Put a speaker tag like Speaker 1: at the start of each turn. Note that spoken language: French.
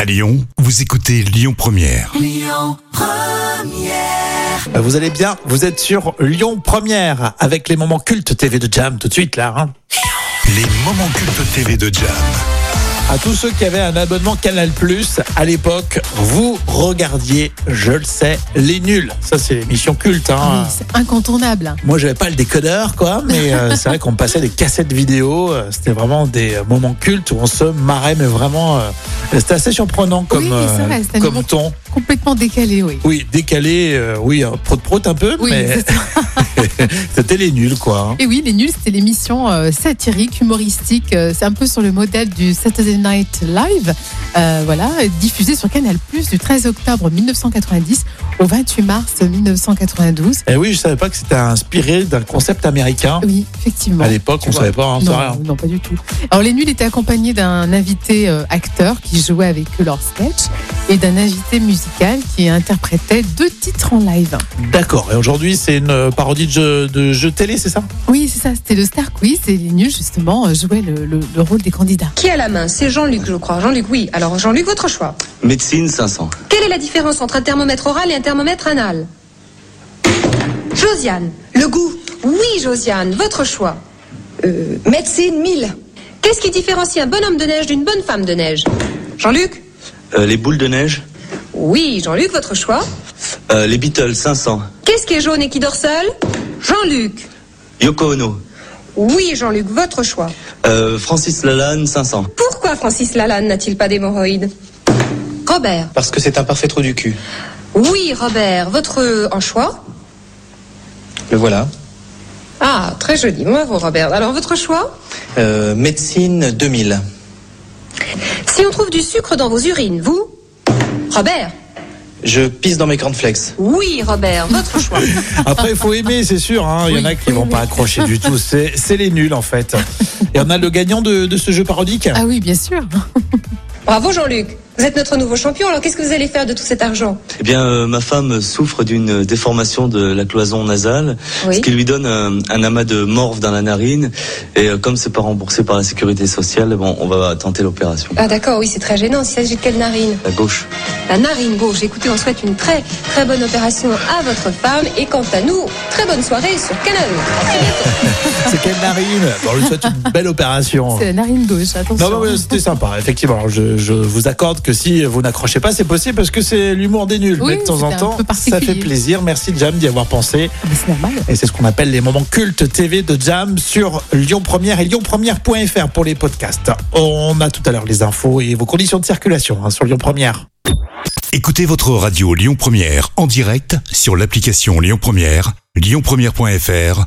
Speaker 1: À Lyon, vous écoutez Lyon Première.
Speaker 2: Vous allez bien Vous êtes sur Lyon Première avec les moments cultes TV de Jam tout de suite là. hein.
Speaker 1: Les moments cultes TV de Jam.
Speaker 2: À tous ceux qui avaient un abonnement Canal Plus à l'époque, vous regardiez, je le sais, les nuls. Ça c'est l'émission culte. Hein.
Speaker 3: Oui, c'est incontournable. hein.
Speaker 2: Moi j'avais pas le décodeur quoi, mais euh, c'est vrai qu'on passait des cassettes vidéo. euh, C'était vraiment des euh, moments cultes où on se marrait, mais vraiment euh, c'était assez surprenant comme euh,
Speaker 3: Oui, c'est vrai, c'était un
Speaker 2: comme
Speaker 3: moment-
Speaker 2: ton.
Speaker 3: Complètement décalé, oui.
Speaker 2: Oui, décalé, euh, oui, prot prot un peu,
Speaker 3: Oui,
Speaker 2: mais
Speaker 3: c'est ça.
Speaker 2: c'était les nuls quoi. hein.
Speaker 3: Et oui, Les Nuls, c'était l'émission euh, satirique, humoristique. euh, c'est un peu sur le modèle du Saturday Night Live. euh, voilà, diffusé sur Canal Plus du 13 octobre 1990 au 28 mars 1992.
Speaker 2: Et Eh oui, je savais pas que c'était inspiré d'un concept américain.
Speaker 3: Oui, effectivement.
Speaker 2: À l'époque,
Speaker 3: Tu
Speaker 2: on
Speaker 3: vois.
Speaker 2: savait pas, hein, c'est
Speaker 3: Non,
Speaker 2: rien.
Speaker 3: non, pas du tout. Alors, Les Nuls étaient accompagnés d'un invité euh, acteur qui jouait avec eux leur sketch et d'un invité musical qui interprétait deux titres en live.
Speaker 2: D'accord. Et aujourd'hui, c'est une euh, parodie de jeu, de jeu télé, c'est ça
Speaker 3: Oui, c'est ça, c'était le Star Quiz et les nuls, justement, euh, jouaient le, le- le rôle des candidats.
Speaker 4: Qui a la main C'est Jean-Luc, je crois. Jean-Luc, oui. Alors, Jean-Luc, votre choix.
Speaker 5: Médecine 500.
Speaker 4: Quelle est la différence entre un thermomètre oral et un thermomètre anal Josiane, le goût. Oui, Josiane, votre choix. Euh, médecine 1000. Qu'est-ce qui différencie un bonhomme de neige d'une bonne femme de neige Jean-Luc
Speaker 5: Euh, les boules de neige.
Speaker 4: Oui, Jean-Luc, votre choix.
Speaker 5: Euh, les Beatles 500.
Speaker 4: Qu'est-ce qui est jaune et qui dort seul Jean-Luc.
Speaker 5: Yoko Ono.
Speaker 4: Oui, Jean-Luc, votre choix.
Speaker 5: Euh, Francis Lalanne 500.
Speaker 4: Pourquoi Francis Lalanne n'a-t-il pas d'hémorroïdes Robert.
Speaker 5: Parce que c'est un parfait trou du cul.
Speaker 4: Oui, Robert, votre euh, en choix
Speaker 5: Le voilà.
Speaker 4: Ah, très joli, bravo Robert. Alors votre choix
Speaker 5: Euh, médecine 2000.
Speaker 4: Si on trouve du sucre dans vos urines, vous Robert
Speaker 5: Je pisse dans mes cornflakes.
Speaker 4: Oui Robert, votre choix.
Speaker 2: Après, il faut aimer, c'est sûr. hein. Il y en a qui vont pas accrocher du tout. C'est c'est les nuls, en fait. Et on a le gagnant de, de ce jeu parodique.
Speaker 3: Ah oui, bien sûr.
Speaker 4: Bravo Jean-Luc, vous êtes notre nouveau champion, alors qu'est-ce que vous allez faire de tout cet argent
Speaker 5: Eh bien, euh, ma femme souffre d'une déformation de la cloison nasale,
Speaker 4: Oui.
Speaker 5: ce qui lui donne euh, un amas de morve dans la narine. Et euh, comme c'est pas remboursé par la sécurité sociale, bon, on va tenter l'opération.
Speaker 4: Ah d'accord, oui c'est très gênant, il s'agit de quelle narine
Speaker 5: La gauche.
Speaker 4: La narine gauche. Écoutez, on souhaite une très très bonne opération à votre femme et quant à nous, très bonne soirée sur Canal. À très bientôt.
Speaker 2: C'est quelle narine Bon, On lui souhaite une belle opération.
Speaker 3: C'est la narine gauche, attention.
Speaker 2: Non, mais ouais, c'était sympa, effectivement. Alors, Je, je vous accorde que si vous n'accrochez pas, c'est possible parce que c'est l'humour des nuls.
Speaker 3: Oui,
Speaker 2: mais de temps en
Speaker 3: c'était un
Speaker 2: temps,
Speaker 3: peu
Speaker 2: ça
Speaker 3: particulier.
Speaker 2: fait plaisir. Merci, Jam, d'y avoir pensé.
Speaker 3: Ah, mais c'est normal.
Speaker 2: Et c'est ce qu'on appelle les moments cultes TV de Jam sur Lyon Première et lyonpremière.fr pour les podcasts. On a tout à l'heure les infos et vos conditions de circulation hein, sur Lyon Première.
Speaker 1: Écoutez votre radio Lyon Première en direct sur l'application Lyon Première, lyonpremière.fr